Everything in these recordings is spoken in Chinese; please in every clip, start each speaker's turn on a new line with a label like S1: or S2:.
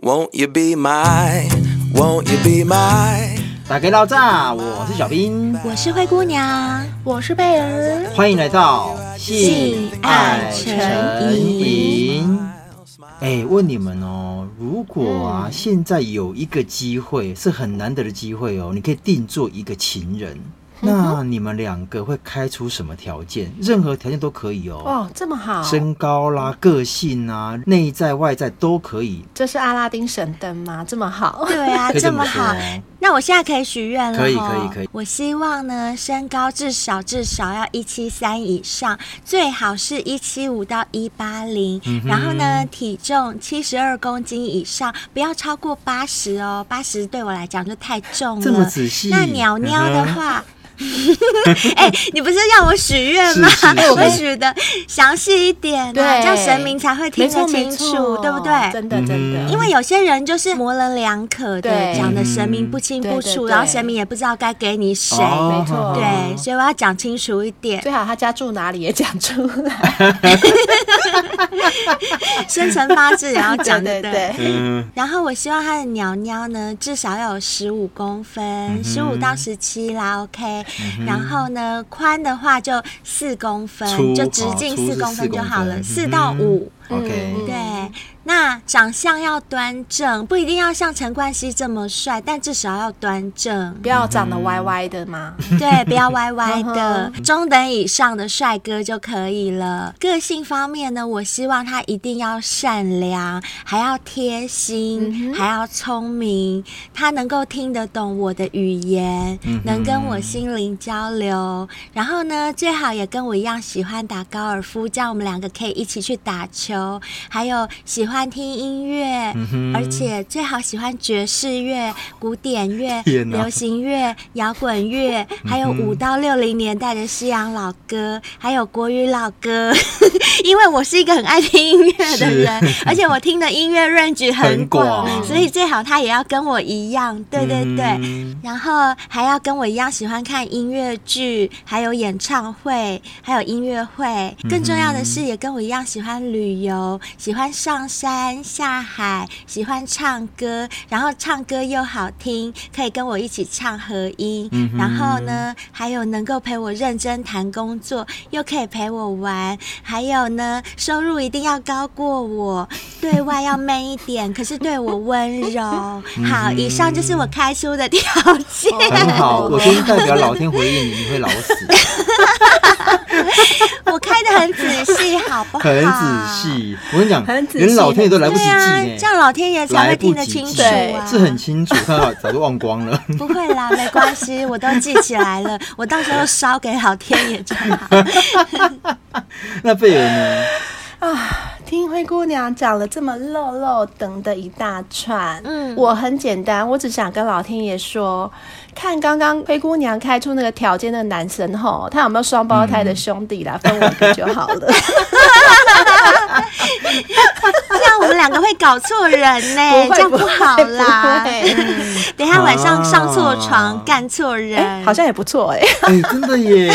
S1: Won't you be my? Won't you be my?
S2: 打给老炸，我是小兵，
S3: 我是灰姑娘，
S4: 我是贝儿，
S2: 欢迎来到
S3: 性爱成瘾。
S2: 哎，问你们哦，如果啊，现在有一个机会是很难得的机会哦，你可以定做一个情人，
S3: 嗯
S2: 那你们两个会开出什么条件？任何条件都可以哦，
S4: 哦，这么好，
S2: 身高啦、个性啊、内在外在都可以，
S4: 这是阿拉丁神灯吗？这 么好，
S3: 对啊，
S2: 可以
S3: 这
S2: 这么
S3: 么
S2: 说
S3: 好
S2: 哦，
S3: 那我现在可以许愿了吼。
S2: 可以可以可以
S3: 我希望呢，身高至少至少要一七三以上，最好是一七五到一八零。
S2: 嗯
S3: 然后呢，体重七十二公斤以上，不要超过八十哦，八十对我来讲就太重了。
S2: 这么仔细
S3: 嗯那鸟鸟的
S2: 嗯哼
S3: 话。 哎、你不是让我许愿吗？
S2: 是是
S3: 哎我会
S2: 是
S3: 许的详细一点、啊，
S4: 对
S3: 这样神明才会听
S4: 没
S3: 得
S4: 错
S3: 清
S4: 没
S3: 楚，
S4: 错，
S3: 对不对？
S4: 真的真的，
S2: 嗯
S3: 因为有些人就是模棱两可的，
S4: 对
S3: 讲的神明不清不
S4: 对对
S3: 楚，
S4: 对
S3: 然后神明也不知道该给你谁。
S2: 嗯哦
S4: 没错
S3: 对，所以我要讲清楚一点，
S4: 最好他家住哪里也讲出来。
S3: 生辰八字也要 讲
S4: 对
S3: 的。
S4: 对
S3: 对。
S4: 对，
S2: 嗯，
S3: 然后我希望他的鸟鸟呢，至少要有十五公
S2: 嗯
S3: 分，十五到十七啦，OK。然后呢，宽的话就四公分
S2: 粗，
S3: 就直
S2: 哦
S3: 径
S2: 粗
S3: 四
S2: 是
S3: 公分
S2: 4
S3: 就好了，
S2: 公分
S3: 四到
S2: 嗯
S3: 五。
S2: OK，
S4: 嗯
S3: 对，那长相要端正，不一定要像陈冠希这么帅，但至少要端正
S4: 不。要长得
S2: 嗯
S4: 歪歪的嘛。
S3: 对，不要歪歪的，中等以上的帅哥就可以了。个性方面呢，我希望他一定要善良，还要贴心，还要聪明，他能够听得懂我的语言，能跟我心灵交流。然后呢，最好也跟我一样喜欢打高尔夫，这样我们两个可以一起去打球，还有喜欢听音乐，而且最好喜欢爵士乐、古典乐、
S2: 天哪嗯
S3: 流行乐、摇滚乐，还有五到六零年代的西洋老歌，还有国语老歌。 因为我是一个很爱听音乐的
S2: 是
S3: 人，而且我听的音乐 range
S2: 很
S3: 很
S2: 广
S3: 广，所以最好他也要跟我一样。对对对。
S2: 嗯
S3: 然后还要跟我一样喜欢看音乐剧，还有演唱会，还有音乐会。更重要的是，也跟我一样喜欢旅游，喜欢上山下海，喜欢唱歌，然后唱歌又好听，可以跟我一起唱合音。
S2: 嗯
S3: 然后呢，还有能够陪我认真谈工作，又可以陪我玩。还有呢，收入一定要高 过我，对外要 man 一点，可是对我温柔。
S2: 嗯
S3: 好，以上就是我开出的条件。
S2: 很好， 我先代表老天回应你，你会老 死。
S3: 我开的很仔细，好 不好？
S2: 很仔。细。我跟你讲
S4: 很，仔细
S2: 连老天爷都来不
S3: 对
S2: 及
S3: 啊，
S2: 记
S3: 这
S2: 呢，
S3: 样老天爷才
S2: 来
S3: 会
S2: 不
S3: 听得
S2: 及
S3: 清
S2: 记
S3: 楚啊。
S2: 是很清楚，看到早就忘光了。
S3: 不会啦，没关系，我都记起来了，我到时候烧给老天爷就好。
S2: 那贝尔 呢？
S4: 听灰姑娘讲了这么肉肉等的一大串，
S3: 嗯
S4: 我很简单，我只想跟老天爷说，看刚刚灰姑娘开出那个条件的男生吼，他有没有双胞胎
S2: 嗯
S4: 的兄弟啦，分我一个就好 了。
S3: 这样我们两个会搞错人呢、
S4: 不
S3: 这
S4: 会
S3: 样
S4: 不会
S3: 好啦
S4: 不。会
S3: 等一下晚上上错床，
S2: 啊
S3: 干错人，
S4: 好像也不错哎、
S2: 哎，真的 耶，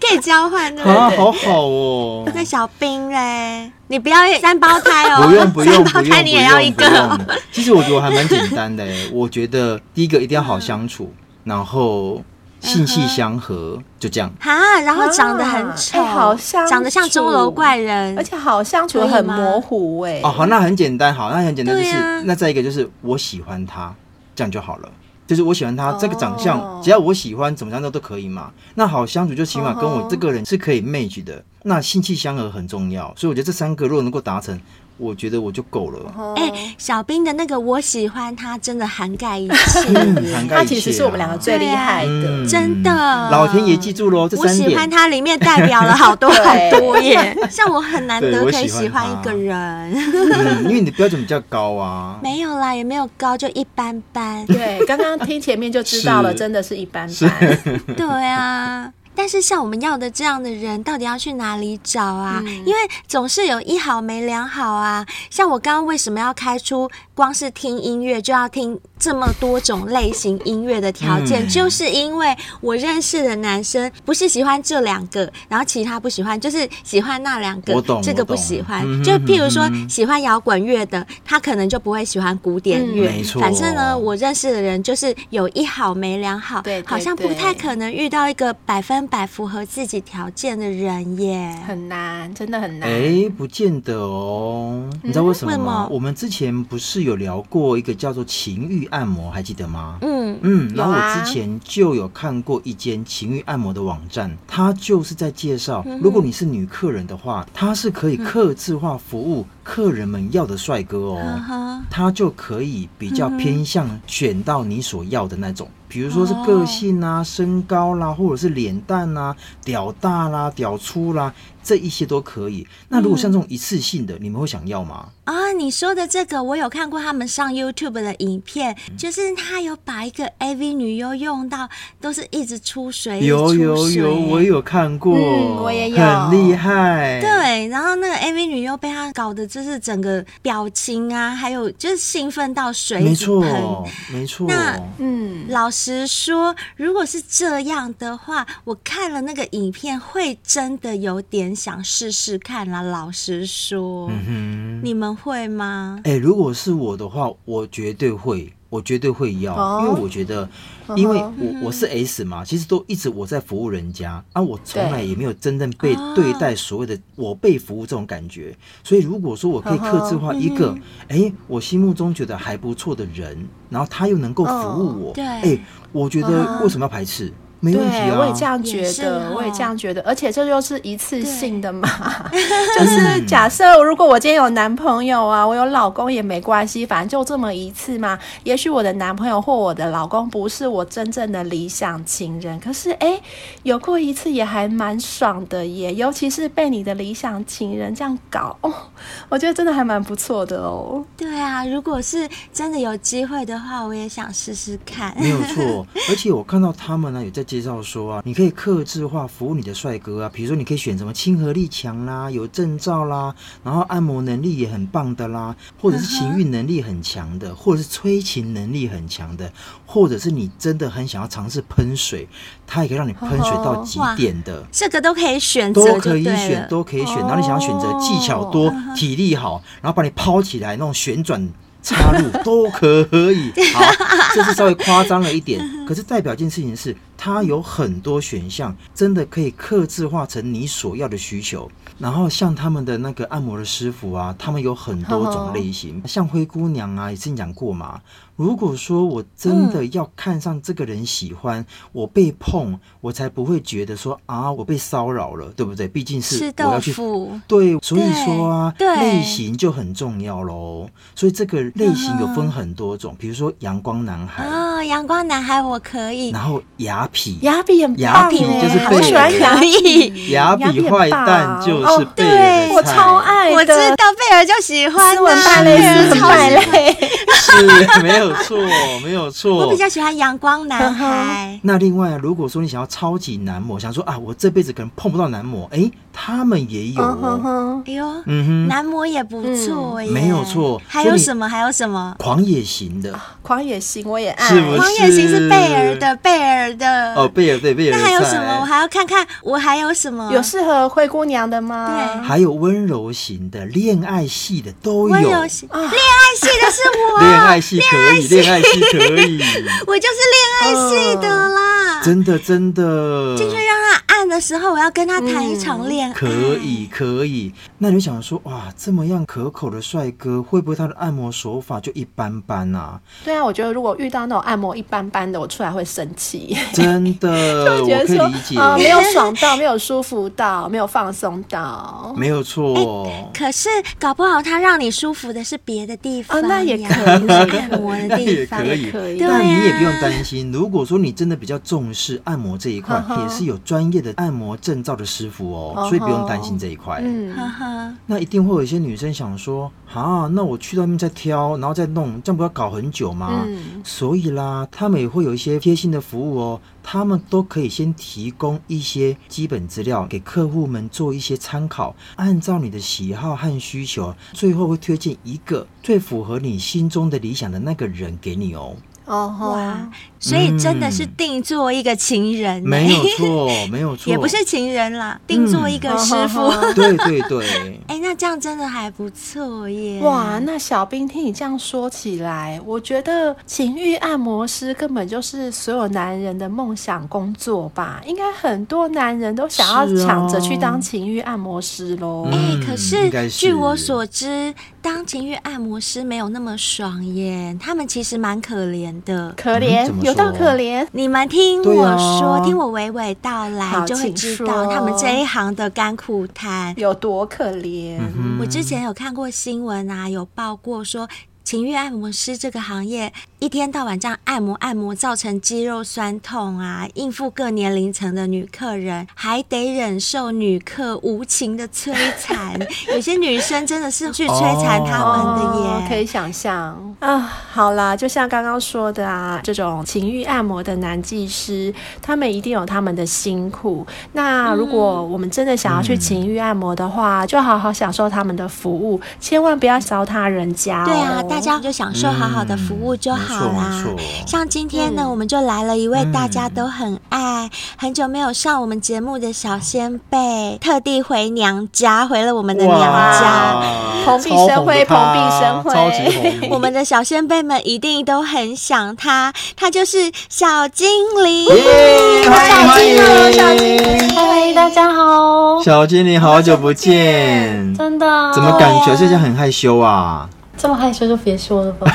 S3: 可以交换对不对
S2: 啊，好好哦。
S3: 那小兵嘞，你不要三胞胎哦，
S2: 不用不用
S3: 三胞
S2: 不用
S3: 胎你
S2: 不
S3: 也要一
S2: 用不
S3: 个哦。
S2: 用。其实我觉得我还蛮简单的耶，我觉得第一个一定要好相处，然
S3: 嗯
S2: 后性气相合，就这样。
S3: 哈，然后长得很丑，
S4: 啊哎好
S2: 哦
S4: 像
S3: 长得像钟楼怪人，
S4: 而且好相处得很模糊哎、
S2: 哦，好，那很简单，好，那很简单，就
S3: 对
S2: 是、
S3: 啊
S2: 那再一个就是我喜欢他，这样就好了。就是我喜欢他这个长相，
S4: 哦
S2: 只要我喜欢，怎么样都都可以嘛。那好相处就起码跟
S4: 哦
S2: 我
S4: 吼
S2: 这个人是可以 match 的，那性气相合很重要。所以我觉得这三个如果能够达成，我觉得我就够了。
S3: 哎、小兵的那个我喜欢他，真的涵盖一
S2: 嗯
S3: 切，
S2: 涵盖
S4: 他
S2: 一切
S4: 其实
S2: 啊
S4: 是我们两个最厉害 的。
S2: 嗯
S3: 真的
S2: 老天爷记住喽，这
S3: 我
S2: 三
S3: 喜欢
S2: 点。
S3: 他里面代表了 好多
S4: 对。
S3: 好多耶，像我很难
S2: 对
S3: 得
S2: 我
S3: 可以
S2: 喜欢
S3: 喜欢
S2: 他
S3: 一个人，
S2: 嗯，因为你的标准比较高啊。
S3: 没有啦，也没有高，就一般般
S4: 对，刚刚听前面就知道了，
S2: 是
S4: 真的是一般般。
S3: 对啊，但是像我们要的这样的人，到底要去哪里找啊？
S2: 嗯
S3: 因为总是有一好没两好啊。像我刚刚为什么要开出光是听音乐就要听这么多种类型音乐的条件，
S2: 嗯
S3: 就是因为我认识的男生不是喜欢这两个，然后其他不喜欢，就是喜欢那两个
S2: 我懂，
S3: 这个不
S2: 我懂
S3: 喜欢
S2: 嗯哼。
S3: 就譬如说
S2: 嗯哼
S3: 喜欢摇滚乐的，他可能就不会喜欢古典
S4: 嗯
S3: 乐。
S2: 没错
S3: 反正呢，我认识的人就是有一好没两好，
S4: 对对
S3: 好像不太
S4: 对
S3: 可能遇到一个百分百符合自己条件的人耶。
S4: 很难，真的很难。
S2: 哎，不见得哦，你知道为什么
S3: 嗯为什
S2: 吗
S3: 么？
S2: 我们之前不是有聊过一个叫做情欲按摩，还记得吗？
S3: 嗯，
S2: 嗯，然后
S4: 有啊
S2: 我之前就有看过一间情欲按摩的网站，它就是在介绍，
S4: 嗯
S2: 如果你是女客人的话，它是可以客制化服务客人们要的帅哥哦。
S4: 嗯
S3: 呵呵，
S2: 它就可以比较偏向选到你所要的那种，比如说是个性啊、身高啦，或者是脸蛋啊、屌大啦、屌粗啦，这一些都可以。那如果像这种一次性的，你们会想要吗？
S3: 啊，你说的这个我有看过，他们上 YouTube 的影片，就是他有把一个 AV 女优用到，都是一直出水，一直
S2: 有
S3: 出
S2: 有有，
S3: 水
S2: 我有看过，
S4: 嗯我也有
S2: 很厉害。，
S3: 对，然后那个 AV 女优被他搞的，就是整个表情啊，还有就是兴奋到水
S2: 没
S3: 一直喷
S2: 错。，没错。
S3: 那
S4: 嗯，
S3: 老实说，如果是这样的话，我看了那个影片，会真的有点想试试看啦。老实说，
S2: 嗯哼，
S3: 你们会吗？
S2: 哎、如果是我的话，我绝对会。我绝对会要，
S4: 哦
S2: 因为我觉得，因为
S4: 嗯
S2: 我我是 S 嘛，其实都一直我在服务人家啊，我从来也没有真正被
S4: 啊
S3: 哦
S2: 对待所谓的我被服务这种感觉，所以如果说我可以克制
S4: 哦嗯
S2: 化一个，哎、我心目中觉得还不错的人，然后他又能够服务
S4: 哦
S2: 我，
S3: 对
S2: 哎、我觉得为什么要排斥？没问题
S4: 嗯对，
S2: 啊，
S4: 我也这样
S3: 也
S4: 觉
S3: 是
S4: 得，我也
S3: 哦
S4: 这样觉得，而且这又是一次性的嘛， 就是
S2: 嗯
S4: 假设如果我今天有男朋友啊，我有老公也没关系，反正就这么一次嘛。也许我的男朋友或我的老公不是我真正的理想情人，可是哎、有过一次也还蛮爽的耶，尤其是被你的理想情人这样搞，哦，我觉得真的还蛮不错的哦。
S3: 对啊，如果是真的有机会的话，我也想试试看。
S2: 没有错，而且我看到他们呢、有在介绍说啊，你可以克制化服务你的帅哥啊，比如说你可以选什么亲和力强啦、有证照啦，然后按摩能力也很棒的啦，或者是情欲能力很强的，或者是催情能力很强的，或者是你真的很想要尝试喷水，它也可以让你喷水到极点的。
S3: 这个都可以选择，
S2: 都
S3: 就
S2: 可以
S3: 对了。哦嗯
S2: 选，都可以选。然后你想要选择技巧多、体力好，然后把你抛起来那种旋转插 入都可以。好，这是稍微夸张了一点，
S3: 嗯
S2: 可是代表一件事情是，它有很多选项，真的可以克制化成你所要的需求。然后像他们的那个按摩的师傅啊，他们有很多种类型，
S3: 哦
S2: 像灰姑娘啊，也之前讲过嘛。如果说我真的要看上这个人喜欢，我被碰，我才不会觉得说啊，我被骚扰了，对不对？毕竟是
S3: 吃
S2: 我要
S3: 豆
S2: 去
S3: 腐，
S2: 对，所以说啊，
S3: 对对
S2: 类型就很重要喽。所以这个类型有分很多种，比如说阳光男孩，
S3: 啊、阳光男孩我可以，
S2: 然后雅痞，
S4: 雅比很
S2: 雅
S4: 棒
S2: 痞
S4: 耶
S2: 就是
S4: 我
S2: 被
S4: 喜欢雅
S3: 可以。
S2: 雅
S4: 雅痞
S2: 痞坏蛋
S4: 很棒
S2: 就是
S4: 哦
S2: 贝
S3: 对
S2: 尔的
S4: 我
S2: 菜
S4: 超爱的，
S3: 我知道贝尔就喜欢、啊，
S4: 斯文败类，
S3: 贝尔
S4: 斯文
S3: 超
S4: 败
S3: 喜欢
S4: 类。
S2: 是没有错，没有错。。
S3: 我比较喜欢阳光男孩
S2: 那另外，啊如果说你想要超级男模，想说啊，我这辈子可能碰不到男模，诶，他们也有
S4: 嗯哼
S2: 哦。
S4: 哼，
S3: 哎呦，
S2: 嗯哼，
S3: 男模也不错
S4: 嗯
S3: 耶、
S2: 没有错
S3: 还
S2: 所以
S3: 有
S2: 你
S3: 什么？还有什么？
S2: 狂野型的
S3: 啊
S4: 狂野心我也爱，
S2: 是不
S3: 黄野行是贝尔的，贝尔的。
S2: 哦，贝尔对贝尔
S3: 那
S2: 的
S3: 还有
S2: 菜
S3: 什么？我还要看看，我还有什么？
S4: 有适合灰姑娘的吗？
S3: 对
S2: 还有温柔型的、恋爱系的都有。
S3: 温柔
S2: 恋
S3: 型、
S4: 啊
S3: 恋爱系的是我，
S2: 爱系可以，恋爱系可 以，
S3: 我就是恋爱系的啦。
S2: 哦真的真的。
S3: 进去让他按的时候，我要跟他谈一场恋爱。
S2: 嗯可
S3: 嗯
S2: 以可以，那你就想说，哇，这么样可口的帅哥，会不会他的按摩手法就一般般啊？
S4: 对啊，我觉得如果遇到那种按摩一般般的，我出来会生气。
S2: 真 的，
S4: 觉
S2: 呃我
S4: 得
S2: 可以
S4: 说
S2: 理解，
S3: 哦
S4: 啊、没有爽到，没有舒服到，没有放松到。
S2: 没有错。
S3: 可是搞不好他让你舒服的是别的地方
S4: 哦，那也
S3: 呀
S4: 可以，那也
S3: 按摩
S4: 可
S3: 的
S4: 以
S2: 那
S3: 地
S2: 也
S3: 方
S2: 可以
S4: 可以，嗯
S3: 对
S2: 但你也不用
S3: 啊
S2: 担心。如果说你真的比较重视按摩这一块，也是有专业的按按摩证照的师傅哦，
S4: 哦吼
S2: 所以不用担心这一块。
S3: 呵
S4: 嗯，
S3: 呵，
S2: 那一定会有一些女生想说，啊，那我去到那边再挑，然后再弄，这样不要搞很久吗？
S4: 嗯
S2: 所以啦，他们也会有一些贴心的服务哦，他们都可以先提供一些基本资料给客户们做一些参考，按照你的喜好和需求，最后会推荐一个最符合你心中的理想的那个人给你哦。
S4: 哦吼
S3: 哇，所以真的是
S2: 嗯
S3: 定做一个情人、欸，
S2: 没有 错，没有错，
S3: 也不是情人啦，定做一个师傅。
S4: 哦
S2: 对对对，
S3: 哎、那这样真的还不错耶！
S4: 哇，
S2: 嗯
S4: 那小兵听你这样说起来，我觉得情欲按摩师根本就是所有男人的梦想工作吧？应该很多男人都想要
S2: 是啊
S4: 抢着去当情欲按摩师喽。
S3: 哎、
S2: 嗯
S3: 可
S2: 应
S3: 是
S2: 该
S3: 据
S2: 是
S3: 我所知，当情欲按摩师没有那么爽耶，他们其实蛮可怜的。
S4: 可
S2: 嗯
S4: 怜
S2: 怎，么
S4: 有到
S2: 说
S4: 可怜。
S3: 你们听
S2: 对
S3: 我
S2: 啊
S3: 说，听我娓娓道来，
S4: 好
S3: 就会
S4: 请
S3: 知
S4: 说
S3: 道他们这一行的甘苦谈。
S4: 有多可怜？
S2: 嗯
S3: 我之前有看过新闻啊，有报过说。情欲按摩师这个行业，一天到晚这样按摩按摩，造成肌肉酸痛啊，应付各年龄层的女客人，还得忍受女客无情的摧残。有些女生真的是去摧残他们的耶。
S4: 哦，可以想象啊。好啦，就像刚刚说的啊，这种情欲按摩的男技师，他们一定有他们的辛苦。那如果我们真的想要去情欲按摩的话，就好好享受他们的服务，千万不要糟蹋人家、哦。
S3: 对啊，大家就享受好好的服务就好啦。
S2: 嗯没错没错
S3: 像今天呢，
S4: 嗯
S3: 我们就来了一位大家都很爱、很久没有上我们节目的小先辈，特地回娘家，回了我们的娘家。
S2: 哇
S4: 蓬荜生辉
S2: 超红的
S4: 蓬荜生辉
S2: 他超级红，
S3: 我们的小先辈们一定都很想他，他就是小精灵。
S2: 耶
S4: 小
S2: 欢
S4: 精
S2: 迎
S4: 灵，小
S2: 欢
S4: 精
S2: 迎
S4: 灵，
S5: 嗨，大家好，
S2: 小精灵，好久不见，
S5: 真
S3: 哦
S5: 的
S2: 怎么感觉最近很害羞啊？
S5: 这么害羞就别说了吧？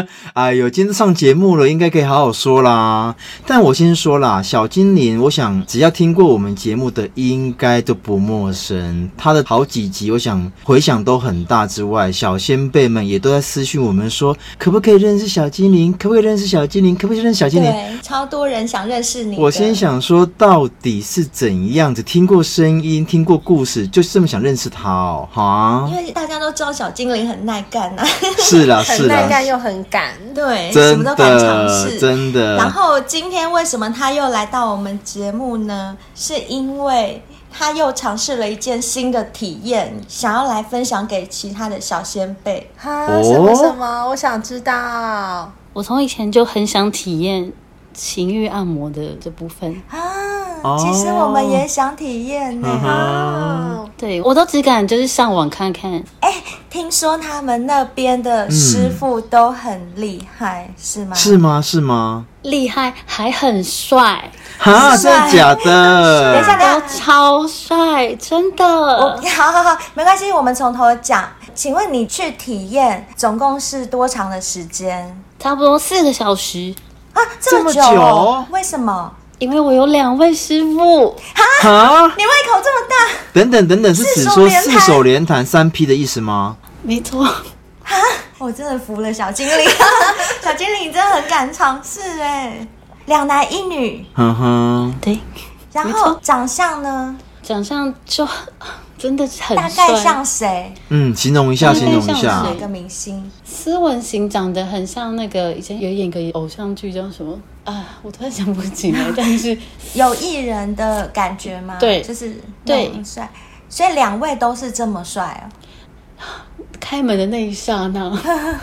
S2: 哎呦，今天上节目了，应该可以好好说啦。但我先说啦，小精灵，我想只要听过我们节目的，应该都不陌生。他的好几集，我想回响都很大。之外，小先辈们也都在私讯我们说，可不可以认识小精灵？可不可以认识小精灵？可不可以认识小精灵？
S6: 对，超多人想认识你的。
S2: 我先想说，到底是怎样子？听过声音，听过故事，就这么想认识他哦，哈
S6: 因？为大家都知道小精灵很耐干呐、
S2: 是啦，是
S4: 很耐
S2: 啦，
S4: 干又很敢。
S6: 对，什
S2: 真
S6: 么都敢尝
S2: 的，
S6: 试。
S2: 真的。
S6: 然后今天为什么他又来到我们节目呢？是因为他又尝试了一件新的体验，想要来分享给其他的小先辈。
S4: 哈
S2: 哦
S4: 什么什么？我想知道。
S5: 我从以前就很想体验情欲按摩的这部分，
S6: 啊
S2: 哦，
S6: 其实我们也想体验呢、
S2: 嗯哼
S6: 啊
S4: 哦，
S5: 对我都只敢就是上网看看，
S6: 听说他们那边的师傅都很厉害，是吗？
S2: 是。吗？是吗？
S5: 厉害还很帅，
S2: 哈，真的假的？
S6: 等一下，等一
S5: 都
S6: 下，
S5: 超帅，真的。
S6: 好好好，没关系，我们从头讲。请问你去体验总共是多长的时间
S5: 差不多四个小时，
S6: 啊？这么久
S2: 这
S6: 哦
S2: 么？久
S6: 为什么？
S5: 因为我有两位师傅，
S2: 哈，
S6: 你胃口这么大？
S2: 等等等等，是指说
S6: 四手连弹
S2: 四手连弹三 P 的意思吗？
S5: 没错，
S6: 哦我真的服了小精灵， 小精灵你真的很敢尝试哎。两男一女，
S2: 哼哼，
S5: 对，
S6: 然后长相呢？
S5: 长相就真的很
S6: 大概
S5: 帅
S6: 像，谁？
S2: 嗯，形容一下，
S5: 大概
S2: 形容一
S5: 像
S2: 下
S6: 哪
S5: 谁
S6: 个明星？
S5: 斯文型长得很像那个以前有演个偶像剧叫什么啊，我突然想不起来，但是。
S6: 有艺人的感觉吗？
S5: 对
S6: 就是
S5: 对
S6: 那种帅。所以两位都是这么帅哦。
S5: 开门的那一刹那，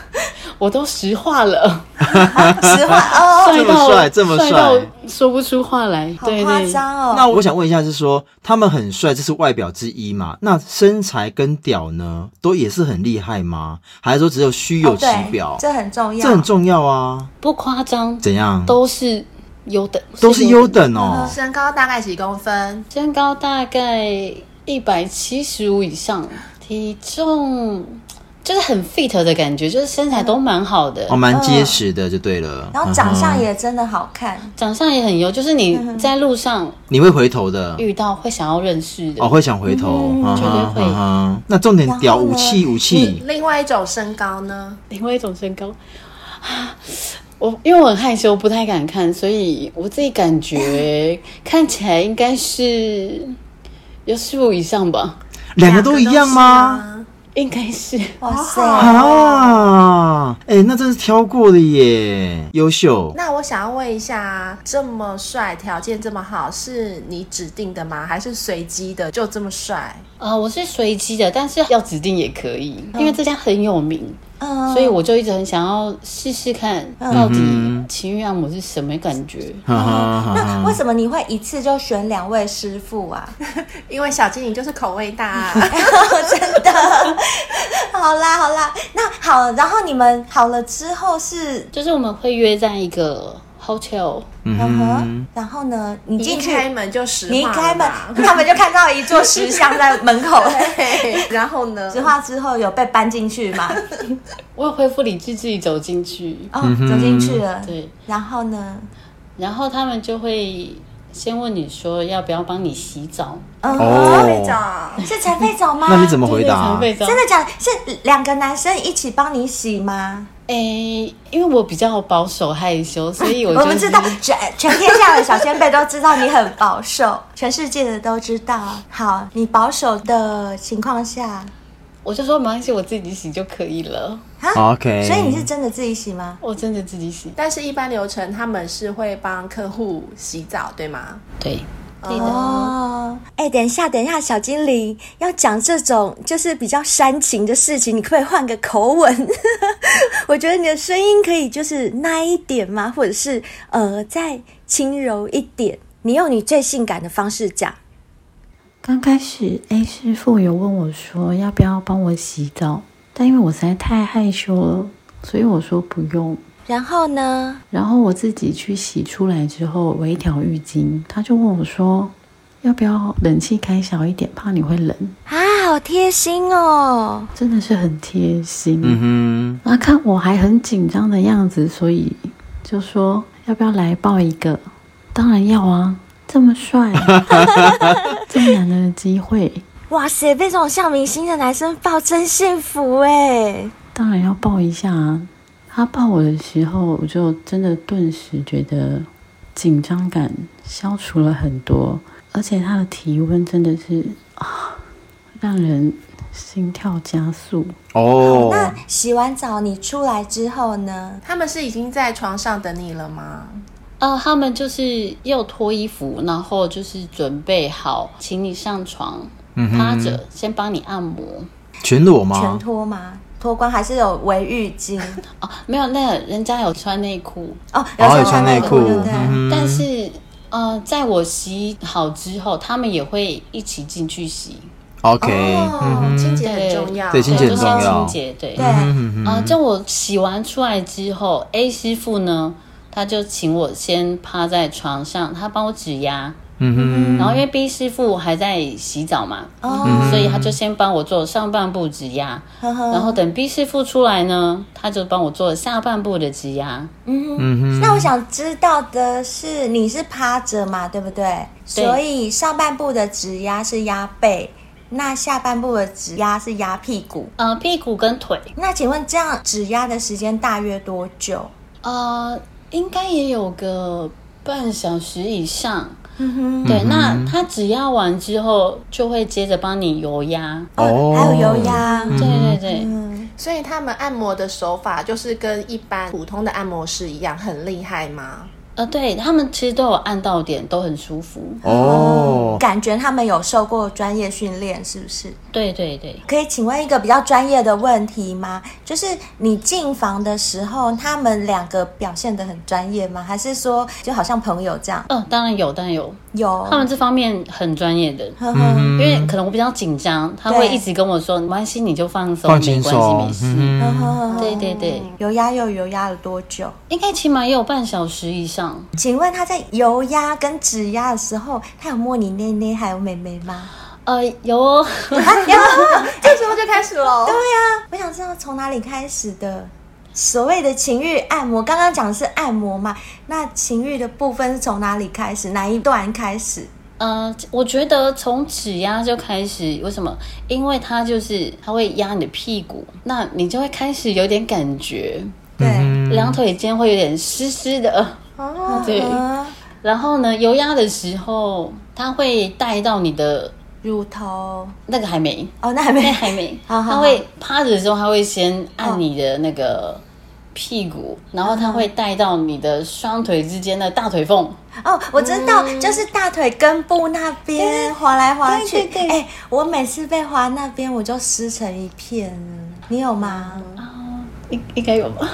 S5: 我都石化了，
S6: 实话 哦，
S2: 这么
S5: 到
S2: 帅这么帅
S5: 到说不出话来，
S6: 好
S5: 对
S6: 夸
S5: 对，
S6: 张哦。
S2: 那我想问一下，是说他们很帅，这是外表之一嘛？那身材跟屌呢，都也是很厉害吗？还是说只有虚有
S6: 哦
S2: 其
S6: 对
S2: 表？
S6: 这很重要，
S2: 这很重要啊！
S5: 不夸张，
S2: 怎样？
S5: 都是优等，
S2: 都是优，等
S6: 嗯
S2: 哦。
S4: 身高大概几公分？
S5: 身高大概一百七十五以上，体重就是很 fit 的感觉，就是身材都蛮好的。
S2: 哦，蛮结实的就对了。
S6: 然后
S2: 嗯
S6: 长相
S2: 哼
S6: 也真的好
S2: 嗯
S6: 看，
S5: 长相也很优，就是你在路上
S2: 你会回头的
S5: 遇到会想要认识的，
S2: 哦，会想回头，嗯
S5: 绝对
S2: 哼
S5: 会
S2: 嗯哼那重点屌
S6: 然后呢
S2: 武器武器
S4: 另外一种身高呢？
S5: 另外一种身高啊，我因为我很害羞，不太敢看，所以我自己感 觉看起来应该是有十五以上吧，
S2: 两个都一样吗？
S3: 两个都是啊？
S5: 应该是。
S3: 哇塞！
S2: 啊，哎、那真是挑过的耶，优秀。
S4: 那我想要问一下，这么帅，条件这么好，是你指定的吗？还是随机的？就这么帅？
S5: 啊、我是随机的，但是要指定也可以，因为这家很有名，
S3: 嗯，
S5: 所以我就一直很想要试试看，到底情欲按摩是什么感觉。
S2: 哈哈哈
S3: 那啊
S2: 哈
S3: 为什么你会一次就选两位师傅啊？
S4: 因为小精灵就是口味大、啊
S3: 真的， 好啦好啦，那好，然后你们好了之后是，
S5: 就是我们会约在一个 hotel，
S2: 嗯
S3: 嗯
S2: 哼
S3: 哼，然后呢，你
S4: 你一
S3: 进去，
S4: 开门就实话
S3: 你一开门
S4: 了， 吧
S3: 他们就看到一座石像在门口。
S4: 对，然后呢？
S3: 石化之后有被搬进去嘛？
S5: 我有恢复理智自己走进去。
S3: 哦，
S2: 嗯
S3: 走进去了。
S5: 对，
S3: 然后呢？
S5: 然后他们就会先问你说要不要帮你洗澡，
S3: 嗯，
S4: 队
S2: 哦，
S4: 长，
S3: 是陈飞走吗？
S2: 那你怎么回
S5: 就是
S2: 答
S5: 常？备澡
S3: 真的假的？是两个男生一起帮你洗吗？
S5: 诶，因为我比较保守害羞，所以我、就 是、
S3: 我们知道全全天下的小先辈都知道你很保守，全世界的都知道。好，你保守的情况下，
S5: 我就说没关系，我自己洗就可以了。
S3: 啊
S2: OK
S3: 所以你是真的自己洗吗？
S5: 我真的自己洗，
S4: 但是一般流程他们是会帮客户洗澡，对吗？
S5: 对，
S4: 对
S3: 哦，哎、等一下，等一下，小精灵要讲这种就是比较煽情的事情，你可不可以换个口吻？ 我觉得你的声音可以就是那一点吗？或者是呃，再轻柔一点，你用你最性感的方式讲。
S7: 刚开始 A 师傅有问我说要不要帮我洗澡，但因为我实在太害羞了，所以我说不用。
S3: 然后呢？
S7: 然后我自己去洗出来之后，围一条浴巾，他就问我说要不要冷气开小一点，怕你会冷，
S3: 啊，好贴心哦！
S7: 真的是很贴心。
S2: 嗯
S7: 然后看我还很紧张的样子，所以就说要不要来抱一个？当然要啊，这么帅，这么难得的机会，
S3: 哇塞，被这种像明星的男生抱，真幸福哎！
S7: 当然要抱一下啊！他抱我的时候，我就真的顿时觉得紧张感消除了很多，而且他的体温真的是啊，让人心跳加速。
S2: 哼，哦，
S3: 那洗完澡你出来之后呢？
S4: 他们是已经在床上等你了吗？
S5: 呃，他们就是要脱衣服，然后就是准备好，请你上床，
S2: 嗯哼
S5: 趴着，先帮你按摩。
S2: 全裸
S3: 全
S2: 吗？
S3: 脱吗？脱光还是有围浴 巾？
S5: 哦，没有，那个人家有穿内裤，
S3: 哦，
S2: 然后
S3: 时
S2: 有
S3: 候
S2: 穿内裤，
S3: 对不对？
S2: 嗯哼
S5: 但是呃，在我洗好之后，他们也会一起进去洗，
S2: OK，嗯
S4: 哦，清
S2: 哼，嗯
S4: 洁很重要。
S2: 对清洁
S5: 就
S2: 很
S5: 是
S2: 重要
S5: 清洁对。
S3: 对，
S5: 啊、就我洗完出来之后，A 师傅呢，他就请我先趴在床上，他帮我指压。
S2: 嗯
S5: 然后因为 B 师傅还在洗澡嘛，
S3: 哦，
S5: 所以他就先帮我做上半部指压。
S3: 呵呵
S5: 然后等 B 师傅出来呢，他就帮我做下半部的指压。
S3: 嗯
S2: 嗯
S3: 那我想知道的是，你是趴着嘛，对不对？
S5: 对
S3: 所以上半部的指压是压背，那下半部的指压是压屁股。
S5: 呃，屁股跟腿，
S3: 那请问这样指压的时间大约多久？
S5: 呃，应该也有个半小时以上。
S3: 嗯
S5: 对，那他指压完之后，就会接着帮你油压。
S3: 哼，哦，还有油压，
S2: 嗯
S5: 对对对。
S3: 嗯，
S4: 所以他们按摩的手法就是跟一般普通的按摩师一样，很厉害吗？
S5: 呃，对他们其实都有按到点，都很舒服。
S2: 哦，
S3: 感觉他们有受过专业训练，是不是？
S5: 对对对，
S3: 可以请问一个比较专业的问题吗？就是你进房的时候，他们两个表现得很专业吗？还是说就好像朋友这样？
S5: 嗯、当然有，当然有，
S3: 有，
S2: 哦
S5: 他们这方面很专业的。
S3: 呵呵
S5: 因为可能我比较紧张，他
S3: 对
S5: 会一直跟我说：“没关系，你就放松，
S2: 放轻
S5: 没关
S2: 松
S5: 系，，没事。
S2: 嗯
S3: 呵
S2: 哼，
S3: 呵呵，
S5: 对对对，
S3: 油压又油压了多久？
S5: 应该起码也有半小时以上。
S3: 请问他在油压跟指压的时候，他有摸你内内还有妹妹吗？
S5: 呃，有哦，
S4: 这时候就开始哦喽。
S3: 我想知道从哪里开始的。所谓的情欲按摩，刚刚讲的是按摩嘛？那情欲的部分是从哪里开始？哪一段开始？
S5: 呃，我觉得从指压就开始，为什么？因为它就是它会压你的屁股，那你就会开始有点感觉。
S3: 对，
S2: 嗯
S5: 两腿间会有点湿湿的。
S4: 哦，
S5: 对，
S3: 啊，
S5: 然后呢，油压的时候，它会带到你的
S3: 乳头
S5: 那个还没，
S3: 哦，那还
S5: 那
S3: 没
S5: 还没，
S3: 好好
S5: 它会趴着的时候，它会先按你的那个屁股，然后它会带到你的双腿之间的大腿缝。
S3: 哦，我知道，就是大腿根部那
S5: 嗯
S3: 边滑来滑去。
S4: 对对对
S3: 哎，我每次被滑那边，我就湿成一片了。你有吗？
S5: 嗯应应该有吧？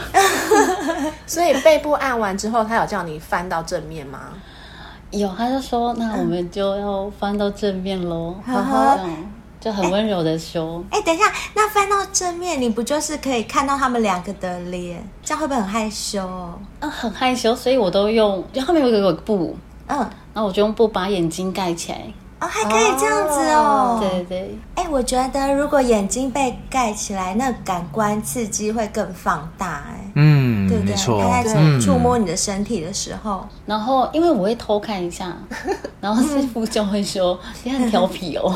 S4: 所以背部按完之后，他有叫你翻到正面吗？
S5: 有，他就说那我们就要翻到正面喽，这
S3: 嗯哼
S5: 样就很温柔的修。
S3: 哎，等一下，那翻到正面，你不就是可以看到他们两个的脸？这样会不会很害羞、
S5: 啊，很害羞，所以我都用，就后面有一个布，
S3: 嗯，
S5: 然后我就用布把眼睛盖起来。
S3: 哦，还可以这样子哦。
S5: 对对对。
S3: 哎、我觉得如果眼睛被盖起来，那感官刺激会更放大、哎、
S2: 嗯
S3: 对，不
S2: 没
S3: 对？
S2: 错
S3: 他，在
S2: 嗯
S3: 触摸你的身体的时候，
S5: 然后因为我会偷看一 下，然后师傅就会说：“
S4: 嗯
S5: 你很调皮哦。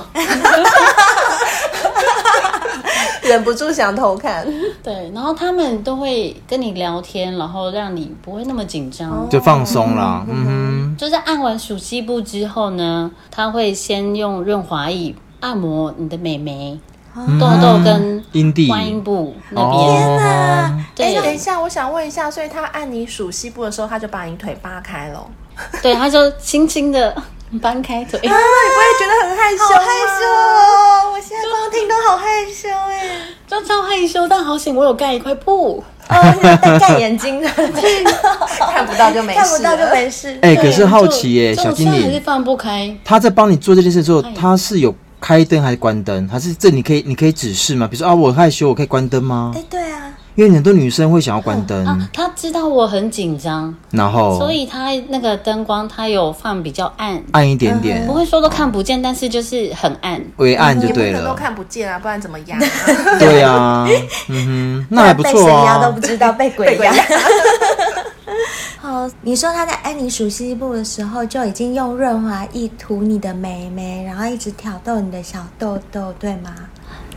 S4: 忍不住想偷看，”
S5: 对，然后他们都会跟你聊天，然后让你不会那么紧张。
S4: 哦
S2: 就放松啦，嗯
S5: 就是按完熟悉部之后呢，他会先用润滑液按摩你的美眉、
S4: 哦
S2: 哼，
S5: 痘痘跟
S2: 嗯阴蒂
S5: 外阴部那边。
S2: 嗯哦，
S4: 哎、等一
S5: 对
S4: 下，我想问一下，所以他按你数西部的时候，他就把你腿扒开了，
S5: 对，他就轻轻 的搬开腿。
S4: 那你不会觉得很害羞？啊
S3: 好害羞哦！我现在光听都好害羞哎、
S5: 就超害羞，但好险我有盖一块布。
S3: 哦，那戴盖眼睛 的，
S4: 看不到就没事，
S3: 看不到就。没事。
S2: 哎，可
S5: 对
S2: 是好奇耶，
S5: 就
S2: 小精
S5: 就我现在还是
S2: 灵，
S5: 放不开。
S2: 他在帮你做这件事之后
S5: 哎，
S2: 他是有开灯还是关灯？还是这你可以你可以指示吗？比如说啊，我害羞，我可以关灯吗
S3: 哎、？对啊，
S2: 因为很多女生会想要关灯
S5: 啊，，他知道我很紧张，
S2: 然后
S5: 所以它那个灯光它有放比较暗，
S2: 暗一点点
S5: 不，会说都看不见，但是就是很暗。
S2: 微暗就
S4: 也不
S2: 对
S4: 可能都
S2: 了。
S4: 看不见啊，不然怎么 压？
S2: 对啊，嗯哼，那还不
S3: 被
S2: 错
S3: 谁压都
S2: 啊
S3: 不。知道，被鬼 压。 哦，你说他在安妮熟悉部的时候，就已经用润滑液涂你的眉眉，然后一直挑逗你的小痘痘，对吗？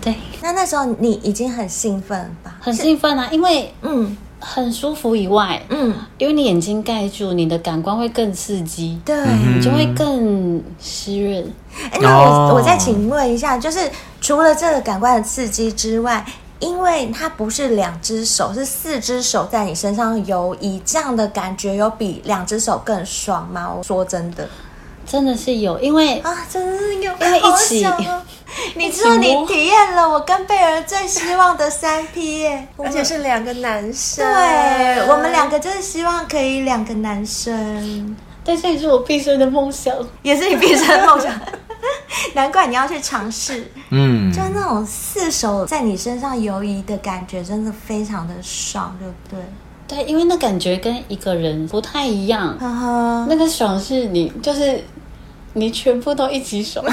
S5: 对，
S3: 那那时候你已经很兴奋了吧？
S5: 很兴奋啊，因为
S3: 嗯
S5: 很舒服以外，
S3: 嗯，
S5: 因为你眼睛盖住，你的感官会更刺激，
S3: 对。
S2: 嗯
S5: 你就会更湿润。
S3: 哎，那我、
S2: 哦
S3: 我再请问一下，就是除了这个感官的刺激之外，因为它不是两只手，是四只手在你身上游移，这样的感觉有比两只手更爽吗？我说真的
S5: 真的是有，因为
S3: 啊，真的有，
S5: 因为一
S3: 好
S5: 起
S3: 爽 哦你知
S5: 一
S3: 道
S5: 起
S3: 你
S5: 摸
S3: 体验了我跟贝儿最希望的三 P 耶，我
S4: 而
S3: 们
S4: 且是两个男 生，
S3: 对我们两个就是希望可以两个男生，
S5: 对，这也是我毕生的梦想。
S3: 也是你毕生的梦想， 难怪你要去尝试。
S2: 嗯，
S3: 就那种四手在你身上游移的感觉，真的非常的爽，对不对？
S5: 对，因为那感觉跟一个人不太一样，
S3: 呵呵，
S5: 那个爽是你就是你全部都一起 爽。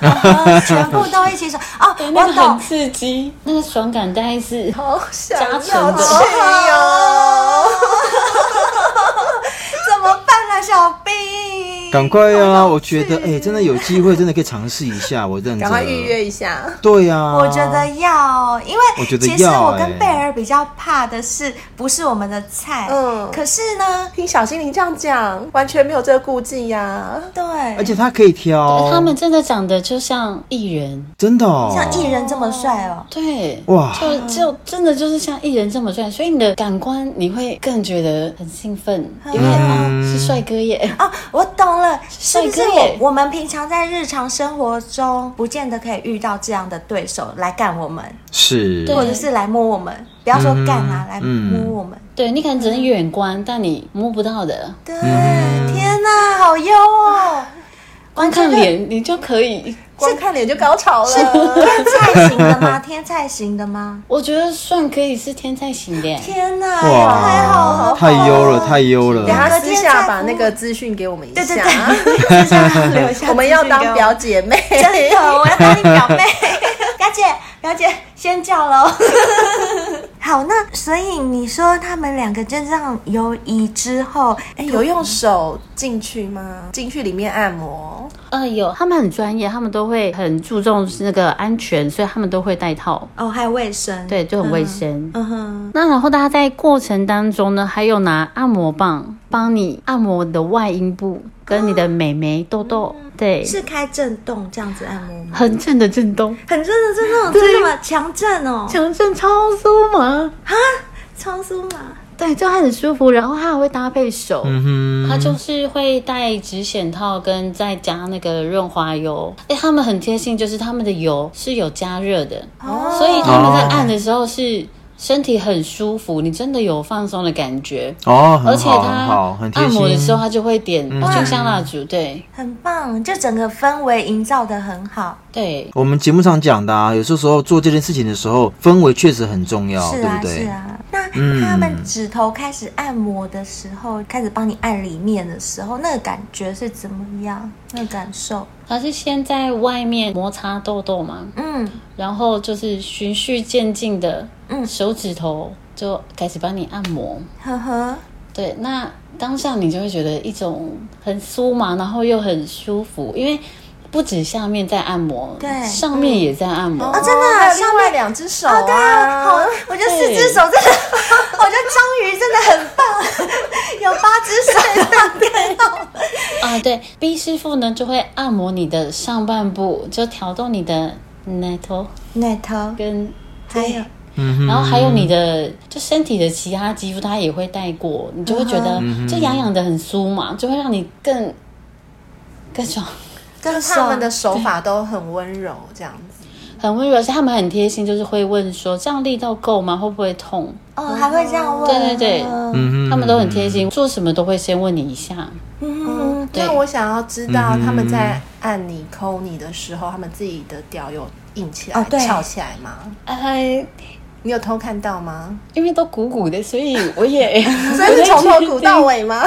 S3: 呃全部都一起爽哦！
S5: 对，那
S3: 我
S5: 个很
S3: 懂，
S5: 刺激，那个爽感大概是
S4: 好想
S5: 加
S4: 要
S5: 成的
S4: 去哦。
S3: 怎么办啊，小兵？
S2: 赶快啊！我觉得，哎，真的有机会，真的可以尝试一下。我认
S4: 赶
S2: 真
S4: 快预约一下。
S2: 对啊呀，
S3: 我觉得要，因
S2: 我
S3: 为
S2: 觉得
S3: 其实
S2: 要
S3: 我
S2: 欸
S3: 跟贝尔比较怕的是不是我们的菜，
S4: 嗯
S3: 可是呢，
S4: 听小精灵这样讲，完全没有这个顾忌呀、
S3: 对，
S2: 而且他可以
S3: 哦
S2: 挑，
S5: 他们真的长得就像艺人，
S2: 真的哦，
S3: 像艺人这么帅哦，
S5: 对，
S2: 哇
S5: 就就真的就是像艺人这么帅，所以你的感官你会更觉得很兴奋，
S3: 嗯
S5: 因为啊、是帅哥耶，
S3: 哦，我懂了，是不是
S5: 帅哥耶
S3: 我我们平常在日常生活中不见得可以遇到这样的对手来干我们，
S2: 是，
S5: 对
S3: 或者是来摸我们，不要说干啊，来摸我们。
S5: 对你可能只能远观，但你摸不到的，
S3: 对，天哪，好优哦！
S5: 光看脸你就可以。
S4: 光看脸就高潮了。
S3: 天菜型的吗？天菜型的吗？
S5: 我觉得算可以是天才型的耶，
S3: 天哪，太好
S2: 哇，
S3: 了！
S2: 太优了，太优了
S4: 等，下私下把那个资讯给我们一下，
S3: 对对对，就是 要留下
S4: 我们要当表
S3: 姐，
S4: 姐妹。
S3: 真 的，我要当你表妹，表姐，表姐先叫喽。好，那所以你说他们两个就这样游移之后，
S4: 哎，有用手进去吗？进去里面按摩，
S5: 呃，有，他们很专业，他们都会很注重那个安全，所以他们都会戴套，
S3: 哦，还有卫生，，
S5: 对，就很卫生。
S3: 嗯哼，
S5: 那然后大家在过程当中呢，还有拿按摩棒帮你按摩你的外阴部跟你的美眉痘痘，对，
S3: 是开震动这样子按摩吗？
S5: 很正的震动，
S3: 很真的，真的，真的吗？强震哦，
S5: 强震超酥麻，
S3: 超啊酥麻，
S5: 对，就很舒服。然后它还会搭配手，
S2: 嗯
S5: 它
S2: 哼，
S5: 就是会带指显套跟再加那个润滑油。哎、他们很贴心，就是他们的油是有加热的，所以
S3: 哦
S5: 他们在按的时候是身体很舒服，你真的有放松的感觉。
S2: 哦，
S5: 而
S2: 很
S5: 且
S2: 好，很好，
S5: 它
S2: 很贴
S5: 按
S2: 心。嗯
S5: 摩的时候，它就会点就像蜡烛，对
S3: 很棒，就整个氛围营造的很好，
S5: 对，
S2: 我们节目上讲的啊，有些时候做这件事情的时候，氛围确实很重要，
S3: 是
S2: 对
S3: 啊
S2: 不对？
S3: 是啊。那
S2: 嗯
S3: 他们指头开始按摩的时候，开始帮你按里面的时候，那个感觉是怎么样？那个感受，
S5: 它是先在外面摩擦痘痘嘛，
S3: 嗯，
S5: 然后就是循序渐进的，
S3: 嗯
S5: 手指头就开始帮你按摩。
S3: 呵呵，
S5: 对，那当下你就会觉得一种很酥麻，然后又很舒服，因为不止下面在按摩，
S3: 对
S5: 上面也在按摩。
S3: 真的啊
S4: 哦还有
S3: 上
S4: 另外两只手
S3: 哦，对啊，好，我觉得四只手真的，我觉得章鱼真的很棒，有八只手，对，
S5: 啊，对，B 师傅呢就会按摩你的上半部，就挑动你的奶头
S3: 奶头，
S5: 跟
S3: 还有
S2: 嗯哼，
S5: 然后还有你的就身体的其他肌肤，它也会带过，你就会觉
S2: 啊
S5: 得就痒痒的很酥嘛，就会让你更更爽，
S3: 跟
S4: 他们的手法都很温柔，这样子。
S5: 很温柔。而且他们很贴心，就是会问说这样力道够吗？会不会痛？
S3: 哦，还会这样问，
S5: 对对对
S3: 嗯
S2: 嗯哼，
S5: 他们都很贴心，做什么都会先问你一下。
S3: 嗯
S5: 对
S4: 那我想要知道
S2: 嗯
S4: 他们在按你抠你的时候，他们自己的屌有硬起来、
S3: 哦对
S4: 翘起来吗？
S5: 哎，
S4: 你有偷看到吗？
S5: 因为都鼓鼓的，所以 我也
S4: 所以是从头鼓到尾吗？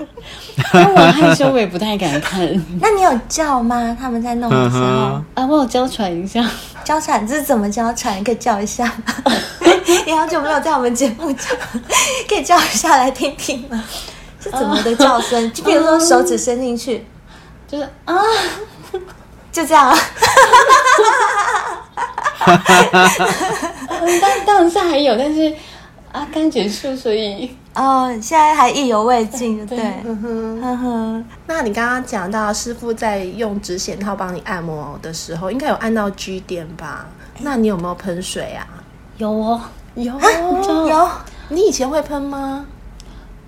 S5: 因为我害羞，我也不太敢看。
S3: 嗯那你有叫吗？他们在弄的时候
S2: 嗯，
S5: 啊，我有娇喘一下，
S3: 交喘这是怎么交喘？可以叫一 下吗？你好久没有在我们节目叫，可以叫一下来听听 吗？是怎么的叫
S4: 嗯
S3: 声？就比如说手指伸进去，
S5: 就是啊，
S3: 就这样啊。
S4: 嗯
S5: 但当下还有，但是啊，刚结束，所以
S3: 哦，现在还意犹未尽，对，
S4: 嗯哼。
S3: 呵呵，
S4: 那你刚刚讲到师傅在用指显套帮你按摩的时候，应该有按到 G 点吧？那你有没有喷水啊？
S5: 有哦，
S4: 有，哦
S3: 有
S4: 你以前会喷吗？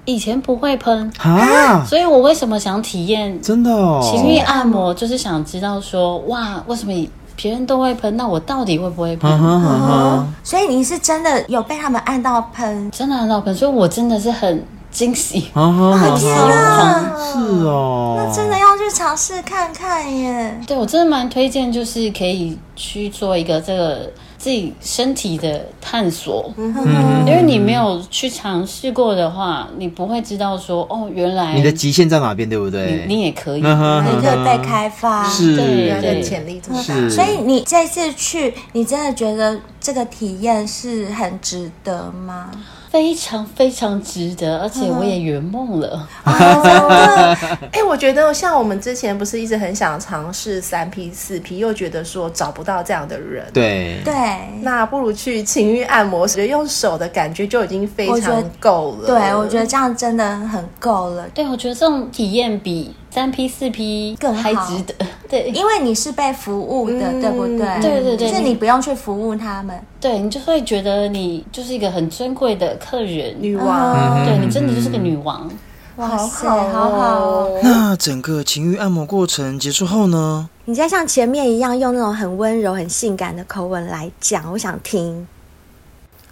S5: 以前不会喷，
S2: 啊，
S5: 所以我为什么想体验
S2: 真的哦，
S5: 情欲按摩，就是想知道说，哇，为什么别人都会喷，那我到底会不会喷？
S2: 嗯哼嗯哼，
S3: 哦所以你是真的有被他们按到喷，
S5: 真的很好喷，所以我真的是很惊喜。
S2: 嗯哼嗯
S5: 天
S2: 哼，
S5: 啊！
S2: 是哦，
S3: 那真的要去尝试看看耶。
S5: 对我真的蛮推荐，就是可以去做一个这个自己身体的探索，
S2: 嗯
S3: 嗯
S5: 因为你没有去尝试过的话，你不会知道说哦，原来
S2: 你的极限在哪边，对不对？
S5: 你你也可以。
S2: 嗯哼
S3: 那
S2: 嗯
S3: 个
S2: 哼，
S3: 被开发，
S2: 是
S5: 对
S4: 原来的
S5: 对
S4: 潜力这么大。
S2: 是，
S3: 所以你这次去，你真的觉得这个体验是很值得吗？
S5: 非常非常值得，而且我也圆梦了。
S3: 哦
S4: 哎、我觉得像我们之前不是一直很想尝试三 P 四 P，又觉得说找不到这样的人，
S2: 对
S3: 对，
S4: 那不如去情欲按摩，我觉得用手的感觉就已经非
S3: 我觉得
S4: 常够了。
S3: 对，我觉得这样真的很够了，
S5: 对，我觉得这种体验比三 P 四 P
S3: 更好
S5: 还值得。 对，
S3: 因为你是被服务的，
S4: 嗯
S3: 对不对？
S5: 对对对
S3: 就是你不用去服务他们，
S5: 对你就会觉得你就是一个很尊贵的客人，
S4: 女王、
S3: 嗯
S5: 对你真的就是个女王。
S3: 哇
S4: 好
S3: 塞，
S4: 好哦
S3: 好好哦。
S2: 那整个情欲按摩过程结束后呢？
S3: 你再像前面一样用那种很温柔、很性感的口吻来讲，我想听。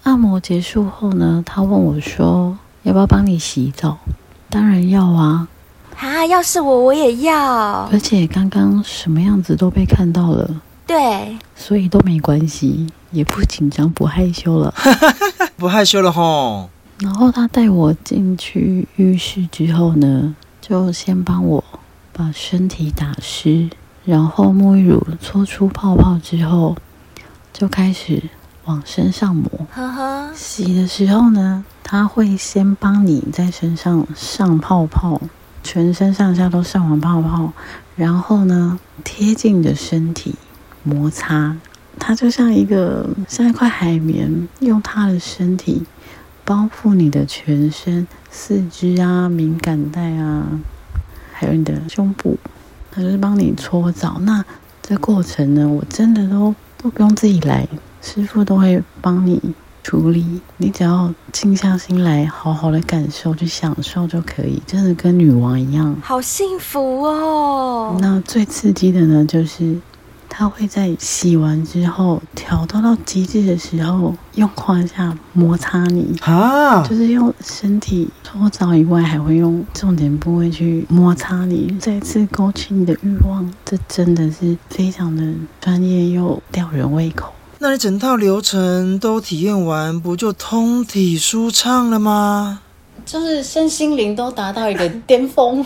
S8: 按摩结束后呢，他问我说：“要不要帮你洗澡？”当然要啊，
S3: 啊，要是我我也要。
S8: 而且刚刚什么样子都被看到了，
S3: 对，
S8: 所以都没关系，也不紧张不害羞了。
S2: 不害羞了吼，
S8: 然后他带我进去浴室之后呢，就先帮我把身体打湿，然后沐浴乳搓出泡泡之后，就开始往身上抹。
S9: 呵呵，
S8: 洗的时候呢，它会先帮你在身上上泡泡，全身上下都上完泡泡，然后呢贴近你的身体摩擦，它就像一个像一块海绵，用它的身体包覆你的全身、四肢啊、敏感带啊，还有你的胸部，它就是帮你搓澡。那这过程呢，我真的都都不用自己来，师傅都会帮你处理，你只要静下心来，好好的感受，去享受就可以，真的跟女王一样。
S3: 好幸福哦！
S8: 那最刺激的呢，就是它会在洗完之后挑逗到极致的时候，用胯下摩擦你，
S2: 啊
S8: 就，是用身体搓澡以外，还会用重点部位去摩擦你，再次勾起你的欲望。这真的是非常的专业又吊人胃口。
S2: 那你整套流程都体验完，不就通体舒畅了吗？
S5: 就是身心灵都达到一个巅峰，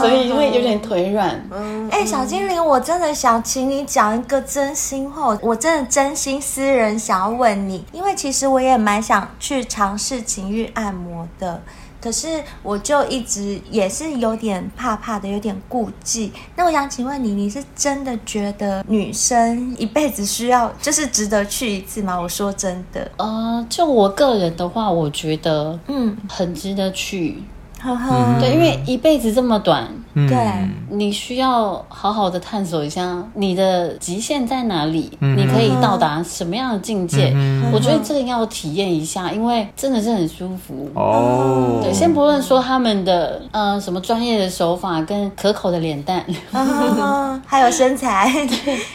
S5: 所以会有点腿软。
S3: 哎、小精灵，我真的想请你讲一个真心话，我真的真心私人想要问你，因为其实我也蛮想去尝试情欲按摩的。可是我就一直也是有点怕怕的，有点顾忌。那我想请问你，你是真的觉得女生一辈子需要就是值得去一次吗？我说真的，
S5: 呃，就我个人的话，我觉得
S3: 嗯，
S5: 很值得去，
S3: 呵呵，
S5: 对，因为一辈子这么短，
S2: 嗯
S3: 对
S5: 你需要好好的探索一下你的极限在哪里，
S2: 嗯
S5: 你可以到达什么样的境界。我觉得这个要体验一下，因为真的是很舒服。
S2: 哦
S5: 对，先不论说他们的呃什么专业的手法跟可口的脸蛋，
S3: 呵呵还有身材，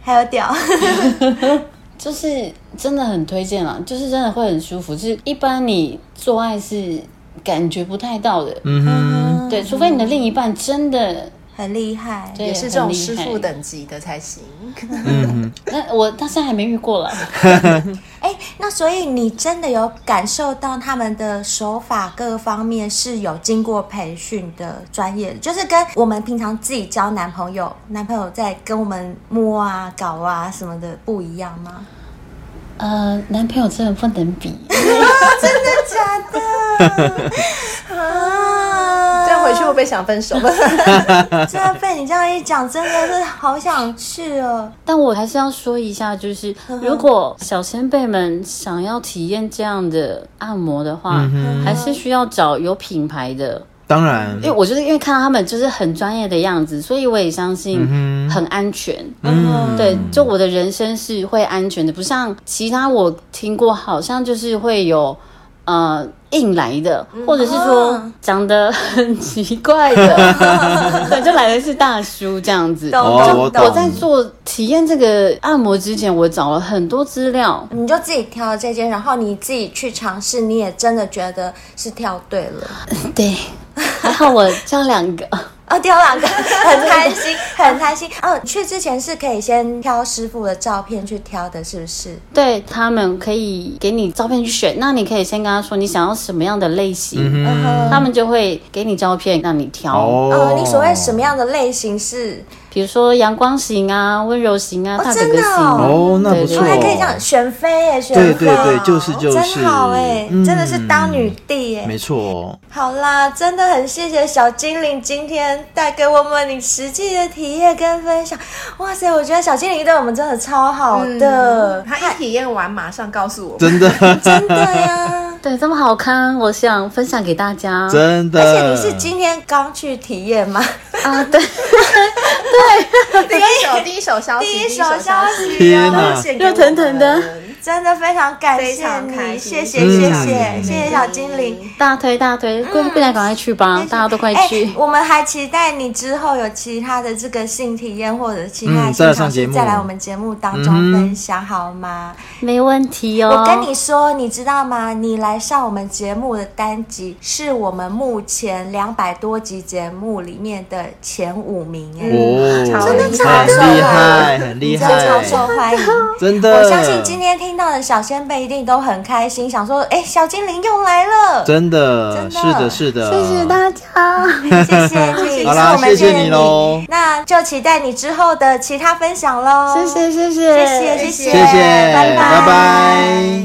S3: 还有屌，
S5: 就是真的很推荐啦，就是真的会很舒服，就是一般你做爱是感觉不太到的，
S2: 嗯哼，
S5: 对，除非你的另一半真的，
S3: 很厉害。
S5: 对
S4: 也是这种
S5: 很厉
S4: 师傅
S5: 害
S4: 等级的才行。
S5: 那我但是还没遇过了，
S3: 哎，那所以你真的有感受到他们的手法各个方面是有经过培训的专业，就是跟我们平常自己交男朋友，男朋友在跟我们摸啊、搞啊什么的不一样吗？
S5: 呃，男朋友真的不能比，
S3: 假的 啊！
S4: 这样回去会不会想分手？
S3: 嗯这被你这样一讲，真的是好想去哦。
S5: 但我还是要说一下，就是如果小先辈们想要体验这样的按摩的话，还是需要找有品牌的，
S2: 当然
S5: 因为我就是因为看到他们就是很专业的样子，所以我也相信
S2: 嗯
S5: 很安全。
S2: 嗯
S5: 对，就我的人生是会安全的，不像其他我听过，好像就是会有呃硬来的，
S3: 嗯
S5: 或者是说
S3: 啊
S5: 长得很奇 怪的， 对，就来的是大叔这样子。
S3: 懂
S2: 哦我
S3: 懂
S2: 懂
S5: 我
S3: 懂，
S5: 在做体验这个按摩之前，我找了很多资料，
S3: 你就自己挑了这间，然后你自己去尝试，你也真的觉得是挑对了。
S5: 对，还好我挑两个，
S3: 哦，挑 两个，很开心，很开心。哦，去之前是可以先挑师傅的照片去挑的，是不是？
S5: 对他们可以给你照片去选，那你可以先跟他说你想要什么样的类
S2: 嗯
S5: 型，他们就会给你照片让你挑。
S2: 呃
S3: 哦，你所谓什么样的类型是？
S5: 比如说阳光型啊、温柔型啊、
S3: 哦
S5: 大哥
S3: 真
S5: 哥
S3: 的
S5: 型啊、
S2: 哦那不
S5: 对
S3: 我
S2: 错
S3: 还可以这样选妃耶，选
S2: 对
S3: 妃，
S2: 对对，就是就是，
S3: 真好哎，
S2: 嗯
S3: 真的是当女帝哎。
S2: 没错，
S3: 好啦，真的很谢谢小精灵今天带给我们你实际的体验跟分享。哇塞，我觉得小精灵对我们真的超好
S2: 嗯
S3: 的，
S4: 他一体验完马上告诉我们。
S2: 真的
S3: 真 的呀。
S5: 对，这么好看，我想分享给大家。
S2: 真的，
S3: 而且你是今天刚去体验吗？
S5: 啊，对，
S4: 第一手，第一手消息，
S3: 第一手
S4: 手
S3: 消
S4: 息。
S3: 息，
S2: 天哪
S3: 哪，
S5: 热腾腾的，
S3: 真的非常感
S4: 非
S3: 谢
S4: 常
S3: 你，
S4: 开
S3: 谢
S4: 心
S3: 谢谢
S2: 嗯
S3: 谢谢谢小精灵，
S5: 大推大推，贵贵来赶快去吧，大家都快
S3: 哎
S5: 去。
S3: 我们还期待你之后有其他的这个性体验或者其他
S2: 嗯
S3: 的
S2: 再来上
S3: 性尝试
S2: 节目
S3: 再来我们节目当
S2: 嗯
S3: 中
S2: 哼
S3: 分享好吗？
S5: 没问题
S2: 嗯
S5: 哦。
S3: 我跟你说，你知道吗？你来上我们节目的单集是我们目前两百多集节目里面的前五名，哎，
S2: 哦，
S4: 真的
S2: 很
S4: 假的
S2: 厉害，很厉
S3: 真的超
S2: 害，
S3: 受欢迎。
S2: 真的，
S3: 我相信今天听
S6: 听到的小先辈一定都很开心，想说：“哎，小精灵又来了。”
S2: 真的，
S6: 真的
S2: 是的，是的，
S6: 谢谢大家，谢谢你，
S2: 好啦
S6: 我们
S2: 谢谢你喽
S6: 那就期待你之后的其他分享喽，
S4: 谢谢
S6: 谢
S4: 谢谢
S6: 谢谢谢，
S2: 谢谢
S6: 拜
S2: 拜拜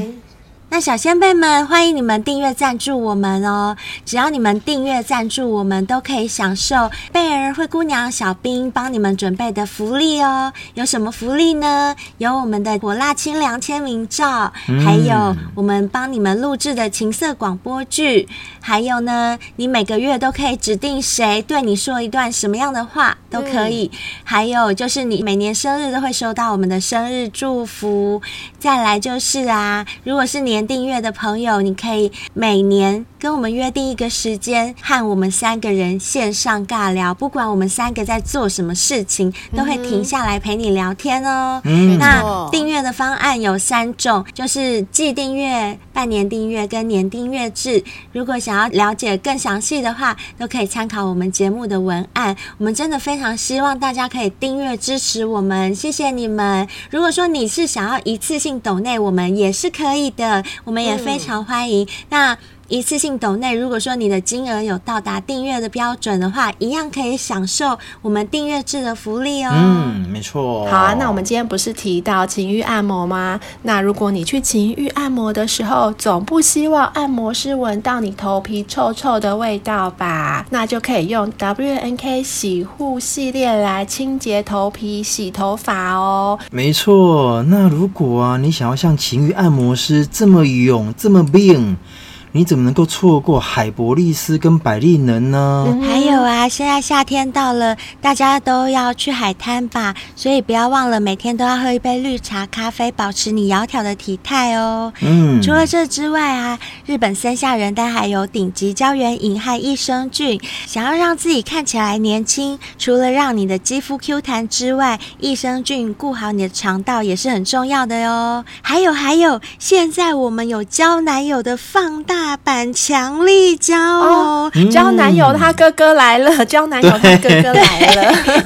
S3: 那小先辈们，欢迎你们订阅赞助我们哦！只要你们订阅赞助我们，都可以享受贝儿、灰姑娘、小冰帮你们准备的福利哦。有什么福利呢？有我们的火辣清凉签名照，
S2: 嗯
S3: 还有我们帮你们录制的情色广播剧，还有呢，你每个月都可以指定谁对你说一段什么样的话都可以。还有就是你每年生日都会收到我们的生日祝福，再来就是啊，如果是年订阅的朋友，你可以每年跟我们约定一个时间，和我们三个人线上尬聊，不管我们三个在做什么事情，都会停下来陪你聊天哦。
S2: 嗯
S3: 那订阅的方案有三种，就是季订阅、半年订阅跟年订阅制。如果想要了解更详细的话，都可以参考我们节目的文案。我们真的非常希望大家可以订阅支持我们，谢谢你们。如果说你是想要一次性抖内，我们也是可以的，我们也非常欢迎。那一次性抖内，如果说你的金额有到达订阅的标准的话，一样可以享受我们订阅制的福利哦。
S2: 嗯，没错。
S4: 好啊，那我们今天不是提到情欲按摩吗？那如果你去情欲按摩的时候，总不希望按摩师闻到你头皮臭臭的味道吧？那就可以用 WNK 洗护系列来清洁头皮、洗头发哦。
S2: 没错，那如果啊，你想要像情欲按摩师这么勇、这么病，你怎么能够错过海博利斯跟百利能呢？
S3: 还有啊，现在夏天到了，大家都要去海滩吧，所以不要忘了每天都要喝一杯绿茶、咖啡，保持你窈窕的体态哦。
S2: 嗯，
S3: 除了这之外啊，日本森下仁丹还有顶级胶原饮和益生菌。想要让自己看起来年轻，除了让你的肌肤 Q 弹之外，益生菌顾好你的肠道也是很重要的哟。还有还有，现在我们有胶男友的放大版强力胶哦
S2: 嗯
S4: 交男友他哥哥来 了，交男友他哥哥来了，哦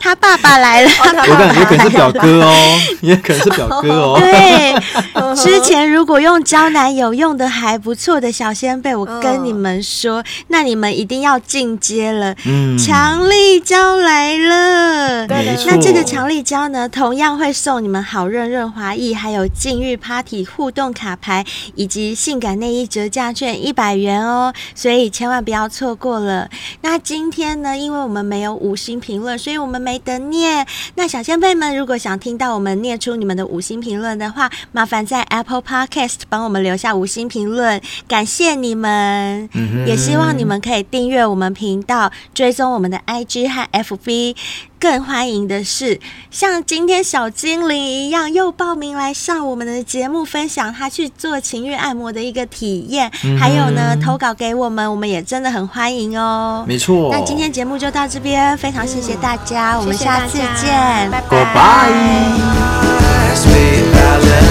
S3: 他爸爸来了，他
S2: 有可能有可能是表哥哦，也可能是表哥 哦。
S3: 对，
S4: 嗯
S3: 之前如果用胶男友用的还不错的小先贝，我跟你们说，那你们一定要进阶了，
S2: 嗯，
S3: 强力胶来了。
S2: 没错。
S3: 那这个强力胶呢，同样会送你们好润润滑液，还有禁欲 Party 互动卡牌，以及性感内衣折价券一百元哦，所以千万不要错过了。那今天呢，因为我们没有五星评论，所以我们没得念。那小先辈们，如果想听到我们念出你们的五星评论的话，麻烦在 Apple Podcast 帮我们留下五星评论，感谢你们。
S2: 嗯哼
S3: 也希望你们可以订阅我们频道，追踪我们的 IG 和 FB。更欢迎的是，像今天小精灵一样，又报名来上我们的节目，分享他去做情欲按摩的一个体验。
S2: 嗯
S3: 还有呢，投稿给我们，我们也真的很欢迎哦。
S2: 没错。
S3: 那今天节目就到这边，非常谢谢大家，我们
S4: 谢谢
S3: 下
S4: 大
S3: 次
S4: 家
S3: 见，
S4: 拜拜。
S2: Goodbye
S1: Sweet Valley.